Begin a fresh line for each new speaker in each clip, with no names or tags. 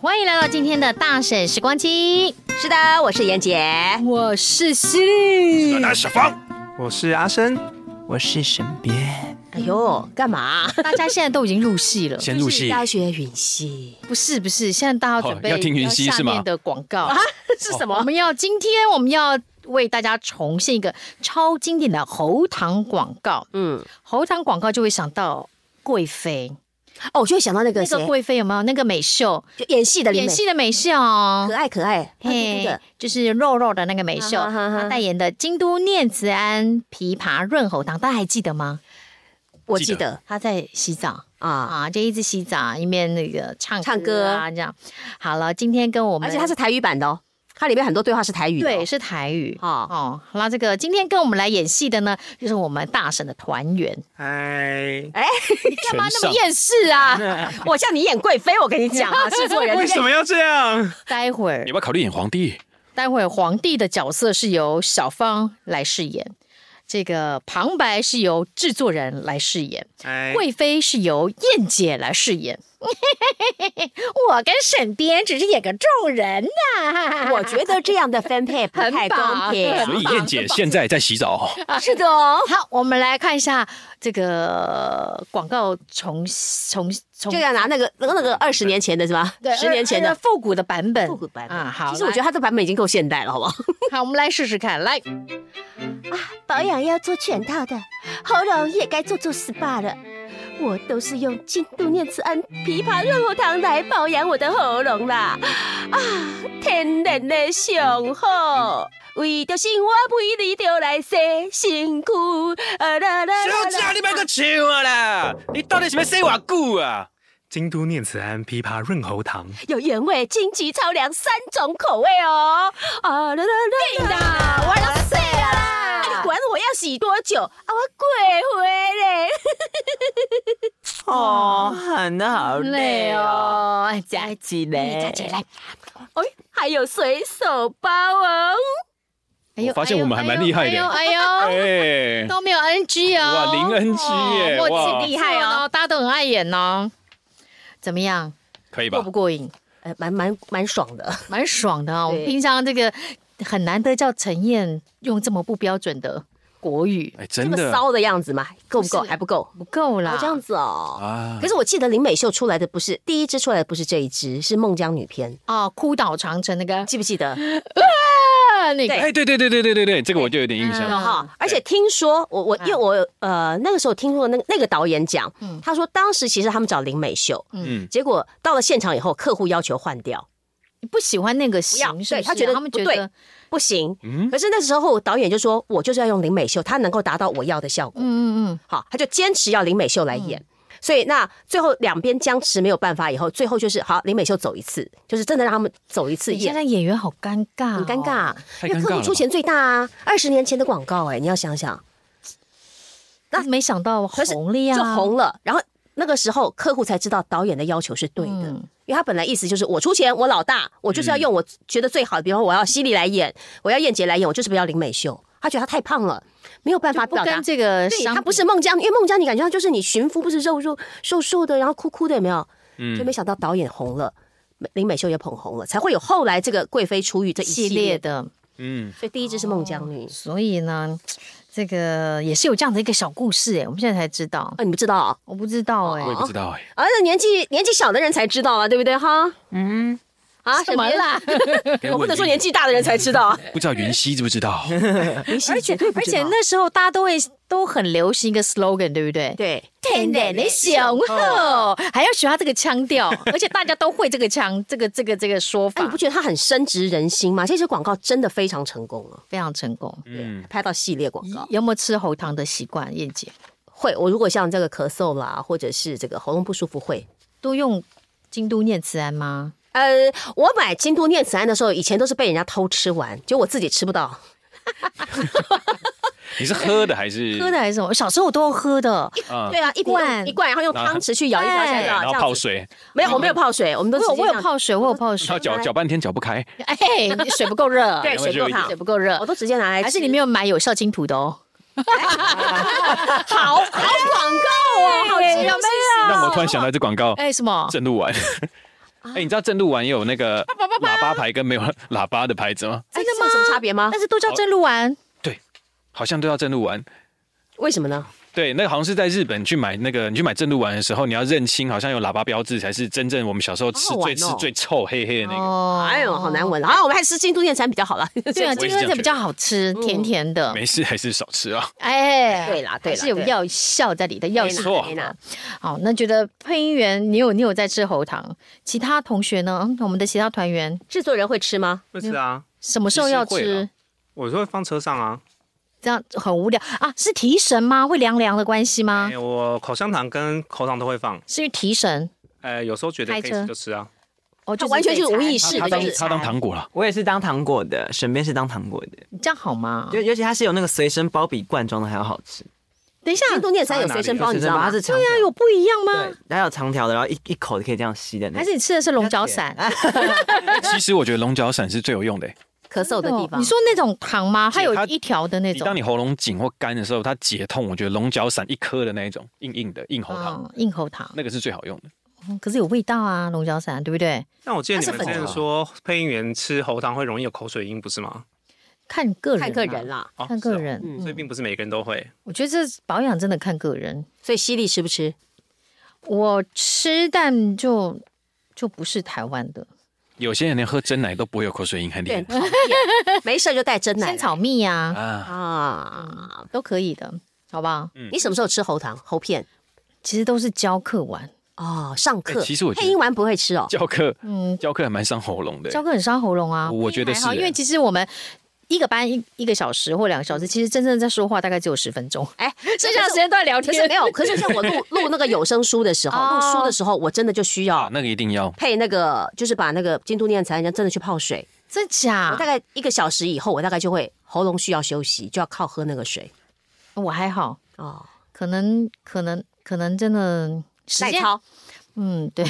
欢迎来到今天的大婶时光机，
是的，我是妍姐。
我是犀利。
南小芳，
我是阿生，我是沈边。
哎呦，干嘛？
大家现在都已经入戏了，
先入
就是
戏
要学云溪
不是不是，现在大家准备
哦要听云溪
要下
是吗
面的广告
啊，？是什
我
么？
们要今天我们要为大家重现一个超经典的喉糖广告。
嗯，
喉糖广告就会想到贵妃，
哦，我就会想到那呃个
那
谁，
个贵妃有没有那个美秀
就演戏的林
演
美，
戏的美秀哦
可？爱可爱，胖嘟嘟
嘿
的，，
就是肉肉的那个美秀，
啊哈哈哈哈
她代言的京都念慈庵枇杷润喉糖，大家还记得吗？
我
记
记得
她在洗澡
啊，
啊，就一直洗澡，一面那个唱
唱
歌啊，这样。好了，今天跟我们，
而且它是台语版的哦，它里面很多对话是台语的哦。
对是台语
啊，
哦。好了，这个今天跟我们来演戏的呢，就是我们大婶的团员。
嗨，
干嘛
全
那么
上
厌世啊？
我叫你演贵妃，我跟你讲 啊，制作人
为什么要这样？
待会儿
你要不要考虑演皇帝？
待会儿皇帝的角色是由小芳来饰演，这个旁白是由制作人来饰演，
哎，
贵妃是由燕姐来饰演。我跟沈编只是演个众人呐、
我觉得这样的分配不太公
很
平。
所以燕姐现在在洗澡，
是的哦，
好，我们来看一下这个广告重重重
就要拿那个那个那个二十年前的是吧？
对
十年前
呃
的
呃复古的版本。
复古版本
啊，好，
其实我觉得它这版本已经够现代了，好不好？
得好，我们来试试看，来。
保养要做全套的，喉咙也该做做 SPA 了。我都是用京都念慈庵枇杷润喉糖来保养我的喉咙啦，啊，天然的上好。为着生活，每日就来洗身躯，啊啦
哎
啦啦啦。
你别个笑
啊
我啦！你到底是要洗我久啊？京都念慈庵枇杷润喉糖，
有原味、荆棘、超凉三种口味哦。啊啦啦啦啦！我要睡了啦！你管我要洗多久啊？我过回嘞。
哦，喊的好
累。哦，
哎
佳琪嘞，
佳姐来，哎，还有随手包哦，
哎呦
我发现我们还蛮厉害的
哎呦哎呦哎呦
哎，
都没有 NG 哦，
哇零 NG 耶
哦
哇
默契厉害哦，大家都很爱演哦。怎么样，
可以
过
吧
不？过瘾？
哎，蛮蛮蛮爽的。
蛮爽的哦。我
对
们平常这个很难得叫陈燕用这么不标准的国语，
哎，
这
真
么
的
骚的样子嘛，够不够？
不是
还不够？
不够啦
哦，。这样子哦。
啊
可！是我记得林美秀出来的不是第一支出来的不是这一支，是《孟姜女篇
哦，哭倒长城那个》，
记不记得？
啊，那个
哎，对对对对对对对，这个我就有点印
嗯
象。
有
哈、而且听说我我因为我呃那个时候听过那个那个导演讲，他说当时其实他们找林美秀，
嗯，
结果到了现场以后，客户要求换掉，
你不喜欢那个
不要
形，式，
对他觉得
他们
不
觉
对
得，
不行。
嗯
可是那时候导演就说，我就是要用林美秀，她能够达到我要的效果。
嗯嗯
好，他就坚持要林美秀来演。所以那最后两边僵持没有办法以后，最后就是好林美秀走一次，就是真的让他们走一次
嗯，现
演，
在演员好尴尬哦，
很尴尬，
太
因
尴
为客
尬
户
了
出
吧。
钱最大啊，二十年前的广告哎、你要想想
那没想到
可是
红啊了呀，
就红了，然后那个时候客户才知道导演的要求是对的，
嗯
因为他本来意思就是我出钱，我老大，我就是要用我觉得最好的，比方我要犀利来演，我要燕姐来演，我就是不要林美秀，他觉得她太胖了，没有办法
不
表达
跟。这个
对，
商
她不
品
是孟姜女，因为孟姜女感觉上就是你寻夫不是肉肉瘦瘦的，然后哭哭的，有没有？
嗯
就没想到导演红了，美林美秀也捧红了，才会有后来这个贵妃出狱这一
系
系
列
列。
的，哦
嗯，
所以第一支是孟姜女，
所以呢，这个也是有这样的一个小故事哎，我们现在才知道，
啊，你不知道啊？
我不知道哎
我，也不知道哎。
啊，那年纪年纪小的人才知道啊，对不对哈？嗯，啊，
什么
沈
啦？
给
我不
问
能说
你
年纪大的人才知道 啊，
不知道云溪知不 知道？
而且
而且那时候大家都会都很流行一个 slogan，对不对？
对
天然的雄厚，
哦
还要学他这个腔调， 而且大家都会这个腔，这个这个这个说
哎，你
法
不觉得它很深植人心吗？这支广告真的非常成功了，
非常成功。
嗯，
拍到系列广告。
有没有吃喉糖的习惯，燕姐？
会，我如果像这个咳嗽啦，或者是这个喉咙不舒服会。
都用京都念慈庵吗？
呃，我买京都念慈庵的时候，以前都是被人家偷吃完，就我自己吃不到。
你是喝的还是
喝的？还是什么？小时候我都喝的，
啊，
对啊，一
罐
罐一罐，然后用
然后
汤匙去舀一瓢下
对
来，
然
这
后
样
泡
子。
水，
没有，我没有泡水，我们都
我
直
有
接
我有
这样，
泡水，我有泡水
然后。搅搅半天搅不开，
哎，你水不够热，
对，
然后
水
就
够
一
烫
点
水，不够热
我，都直接拿来吃。
还是你没有买有效清土的哦？
好好广告哦，好
哎有没有？
哦
让我突然想到这广告，
哎，什么？
正录完，
哦
哎，你知道正路丸也有那个喇叭牌跟没有喇叭的牌子吗？
真的
哎这有什么差别吗
但？是都叫正露丸，
好像都要正路丸。
为什么呢？
对，那个好像是在日本去买那个，你去买正路丸的时候，你要认清好像有喇叭标志才是真正我们小时候吃
好好玩
最
哦
吃最臭黑黑的那个。
哦
哎呦，好难。闻了。好，我们还是京都念禅比较好了。
对啊，
我
金针
也是这样觉
菜
得
比较好吃，甜甜的。
没事，还是少吃啊。
哎，
对啦对
还
啦
是有
对
药效在里的药
没
效。
错
啊没哎啦
好，那觉得配音员你有你有在吃喉糖，其他同学呢？嗯我们的其他团员
制作人会吃吗？
不是啊，
什么时候要
其实会哦
吃
啦？
我说放车上啊。
这样很无聊啊？是提神吗？会凉凉的关系吗？
哎我口香糖跟口糖都会放，
是因为提神？
呃，有时候觉得
开
可以
车
吃就吃啊。
哦，
他完全就是无意
识
识
他
的，
当
就是
他当糖果了，
我也是当糖果的，沈边是当糖果的，
这样好吗？
尤尤其它是有那个随身包比罐装的还要好吃。
等一下，
京都念禅有随身包，哦你
随
知
身
道
包
吗
它？是长条，
啊那有不一样吗？
对，它有长条的，然后一一口就可以这样吸的那
还
种。
是你吃的是龙角散啊
哎其实我觉得龙角散是最有用的、欸
咳嗽的地
哦
方。
你说那种糖吗？它
且
有
它
一条的那
你
种
当，你喉咙紧或干的时候，它解痛，我觉得龙角散一颗的那一种硬硬的硬喉糖，
嗯，硬喉糖，
那个是最好用的。
嗯可是有味道啊，龙角散对不对？
但我记得你们之
它是
前
粉
说配音员吃喉糖会容易有口水音，不是吗？
看个人，啊
看个人，啊啦，
哦
看个，
是
人。
啊嗯
哦所以并不是每个人都会。
我觉得这保养真的看个人。
所以犀利吃不吃？
我吃，但就就不是台湾的
有些人连喝真奶都不会有口水音，很厉
对， 很讨
害
厌没事就带真奶
仙草蜜呀、
啊。
啊。
都可以的，好不好？
嗯
你什么时候吃喉糖、喉片？
其实都是教课完，
哦，上课。
哎其实我觉得
配音完不会吃哦。
教课，
嗯，
教课还蛮伤喉咙的、欸
教课很伤喉咙啊。
我觉得
配音还好
是
因为
欸
其实我们。一个班一一个小时或两个小
嗯
时，其实真正在说话大概只有十分钟，
哎，
剩下的时间都在聊
可是
天
没。有，可是像我录 录那个有声书的时候，
哦
录书的时候，我真的就需
啊
要，
那个一定要。
配那个，就是把那个京都念禅人家真的去泡水。
真
我
假
大？概一个小时以后，我大概就会喉咙需要休息，就要靠喝那个水。
我还好，
哦，
可能可能可能真的时
耐
间
操
嗯，对，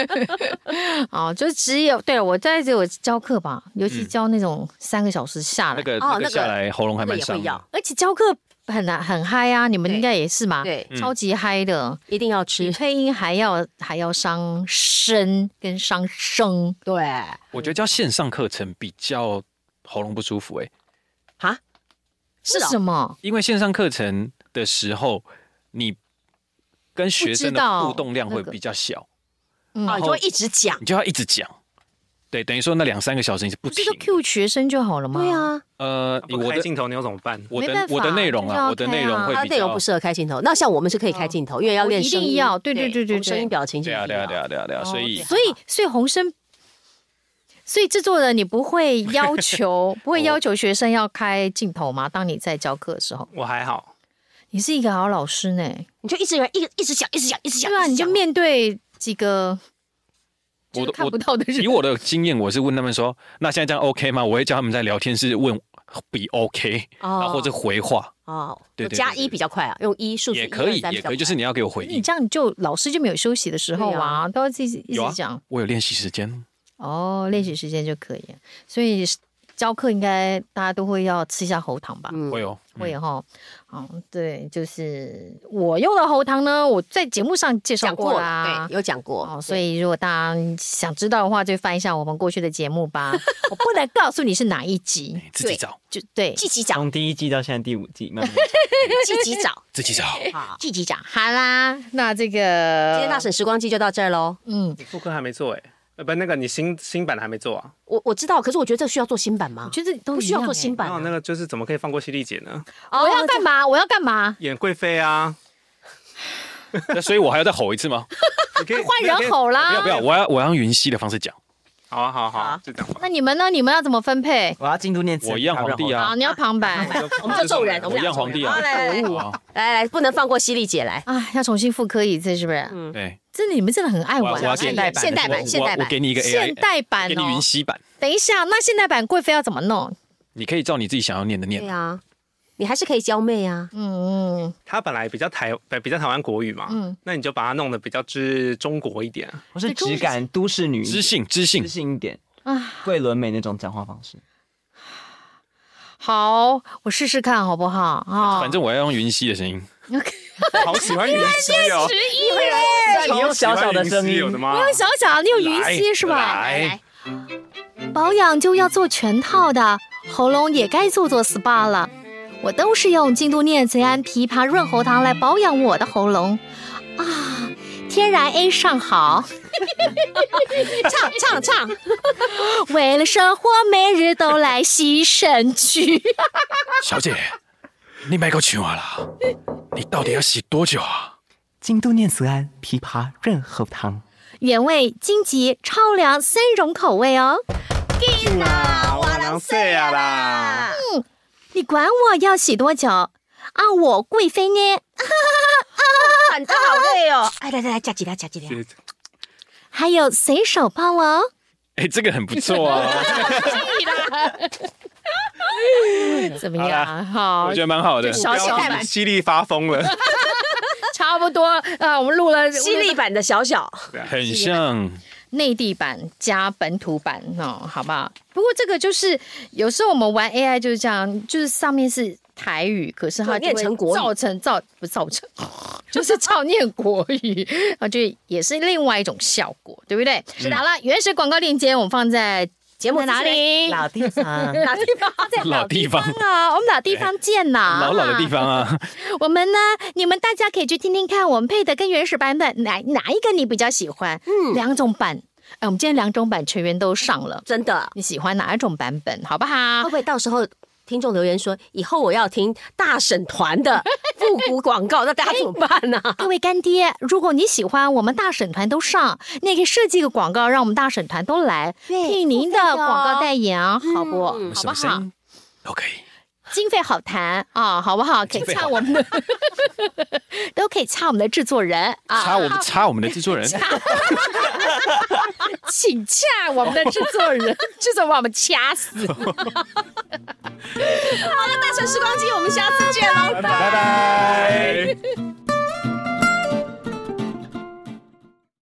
哦，就只有对我在这有教课吧，尤其教那种三个小时下来，
嗯那个、
哦
那
那
个
个
下来喉咙还
那个
蛮
也
伤
会
的。
要，
而且教课很难很嗨啊，你们
对
应该也是嘛，
对，
嗯
超级嗨的，
一定要
比
吃。
配音还要还要伤身跟伤声，
对，
我觉得教线上课程比较喉咙不舒服哎、
哈，是
为
哦
什么？
因为线上课程的时候，你跟学生
不知道
的互动量
那
会
个
比较小，
嗯，
啊，你就会一直讲。
你就要一直讲。对，等于说那两三个小时你是不
不是
停
就。Q 学生就好了吗？
对，啊，
呃，
嗯不
我
开
的
镜头你又怎么办？
我
没办
的
法
我的内容
就是要
啊，我的内容
开啊
会
它
比
内容
较
不。适合开镜头。那像我们是可以开镜头，因为要练声音，
哦一定要对对对对
我们声
对
音表情是
对啊，
一
对
定
啊，
要
对啊，对啊，对啊，所以
哦所以所以红生。所以制作人，你不会要 求不会要求学生要开镜头吗？当你在教课的时候，
我还好，
你是一个好老师呢。
你就一直一一直讲，一直讲，一直讲，
对啊，
一直
你就
讲
面对几个就
我
是
的
看
我
不到的人
以我的经验，我是问他们说，那现在这样 OK 吗？我会叫他们在聊天室问比 OK，
哦
啊，或者回话
哦，
对对对
加
对
一比较快啊，用一数字
也
一
可以，
二三
也
比较
可以，就是
快
你要给我回
你
应。
这样就老师就没有休息的时候
对
啊，
啊
都要自己一
有啊
直讲、
我有练习时间，
哦，练习时间就可以了。所以教课应该大家都会要吃一下喉糖吧？
嗯
我有，嗯
会哈，哦，对，就是我用的喉糖呢，我在节目上介绍
讲过
过啦
对，。有讲过
哦，所以如果大家想知道的话，就翻一下我们过去的节目吧。我不能告诉你是哪一集，
自己找，
就对，
积极 找，
从第一季到现在第五季，慢慢
积极找
自 己找。
啊！
季集长。好啦，那这
今
个
天大婶时光机就到这儿喽。
嗯，
你副歌还没做哎、呃，不，那个你新新版的还没做啊？
我我知道，可是我觉得这需要做新版吗
我？觉得都
不
一
需要
样
做
欸
新版哦
然后
啊。
那个就是怎么可以放过犀利姐呢？
我要干嘛？我要干嘛？
演贵妃啊，
那所以我还要再吼一次吗？
你可以
换人。
你可以
吼
不要
啦
啊不！要，我要我要用云溪的方式讲，
好啊，好啊
好
好啊
啊，
就这样吧。
那你们呢？你们要怎么分配？
我要进度念词，
我一样皇帝
好，
啊，
你要旁白
我们就揍人，我
我
们
一
俩
样
揍人
皇帝啊
好，来来来
啊，
来来，不能放过犀利姐来。
啊，要重新复刻一次，是不是？
对，
真的，你们真的很爱
我要
玩
我要
啊。
给你
现代版现代版
我
现代版
我我给你一个 AI，
现代版
给你
哦
云。溪版，
等一下，那现代版贵妃要怎么弄？
你可以照你自己想要念的
对
念。
啊，你还是可以娇媚啊。
嗯，
他本来比较台比较台湾国语嘛，
嗯
那你就把它弄得比较之中国一点。
我是质感都市女一点，
知性知性
知，性一点
啊
啊，桂纶镁那种讲话方式。
好，我试试看好不好啊？
反正我要用云溪的声音。
好喜欢云溪哦，
十一耶，
超
用小小的
喜欢
声
云溪
音
有的吗？
不用小小，你有云溪是吧？
来，
保养就要做全套的，喉咙也该做做 SPA 了。我都是用京都念慈庵枇杷润喉糖来保养我的喉咙，啊，天然 A 上好。
唱唱唱，
为了生活，每日都来洗身躯。
小姐，你买够青蛙了？你到底要洗多久啊？
京都念慈庵枇杷润喉糖，
原味荆棘超凉参茸口味哦。
啊，我能睡啊啦！
你管我要洗多久？啊，我贵妃呢？
喊得好累哦。哎，来来来，加几条，加几条。
还有随手抱哦。
哎，这个很不错哦，
怎么样？好
我觉得蛮好的。
小小版
犀利发疯了，
差不多啊，我们录了
犀利版的小小，
很像，
内地版加本土版哦，好不好？不过这个就是有时候我们玩 AI 就是这样，就是上面是台语，可是它就
念成
会
国语
造成造不造成， 就是照念国语，然后就也是另外一种效果，对不对？
嗯
好了，原始广告链接我们放在
节目
在哪
资讯
里？
老地方。
哪地方？
老地方，
啊，我们老地方见呐！
老老的地方啊。
我们呢，你们大家可以去听听看，我们配的跟原始版本哪哪一个你比较喜欢？嗯，两种版。哎，我们今天两种版全员都上了，
真的，
你喜欢哪一种版本？好不
会
好
不？会到时候听众留言说，以后我要听大婶团的复古广告，那大家怎么办呢？
各位干爹，如果你喜欢我们大审团都上，你也可以设计一个广告，让我们大审团都来替您的广告代言，啊好不？好
什
不
么声
好？
音都可以。
经费好谈啊，好不好？可以
经费
唱
好
我们的， 都可以唱我们的制作人啊，
插我们插我们的 制作人，
请洽我们的制作人，制作人把我们掐死。
大婶时光机，我们下次见喽。
拜拜。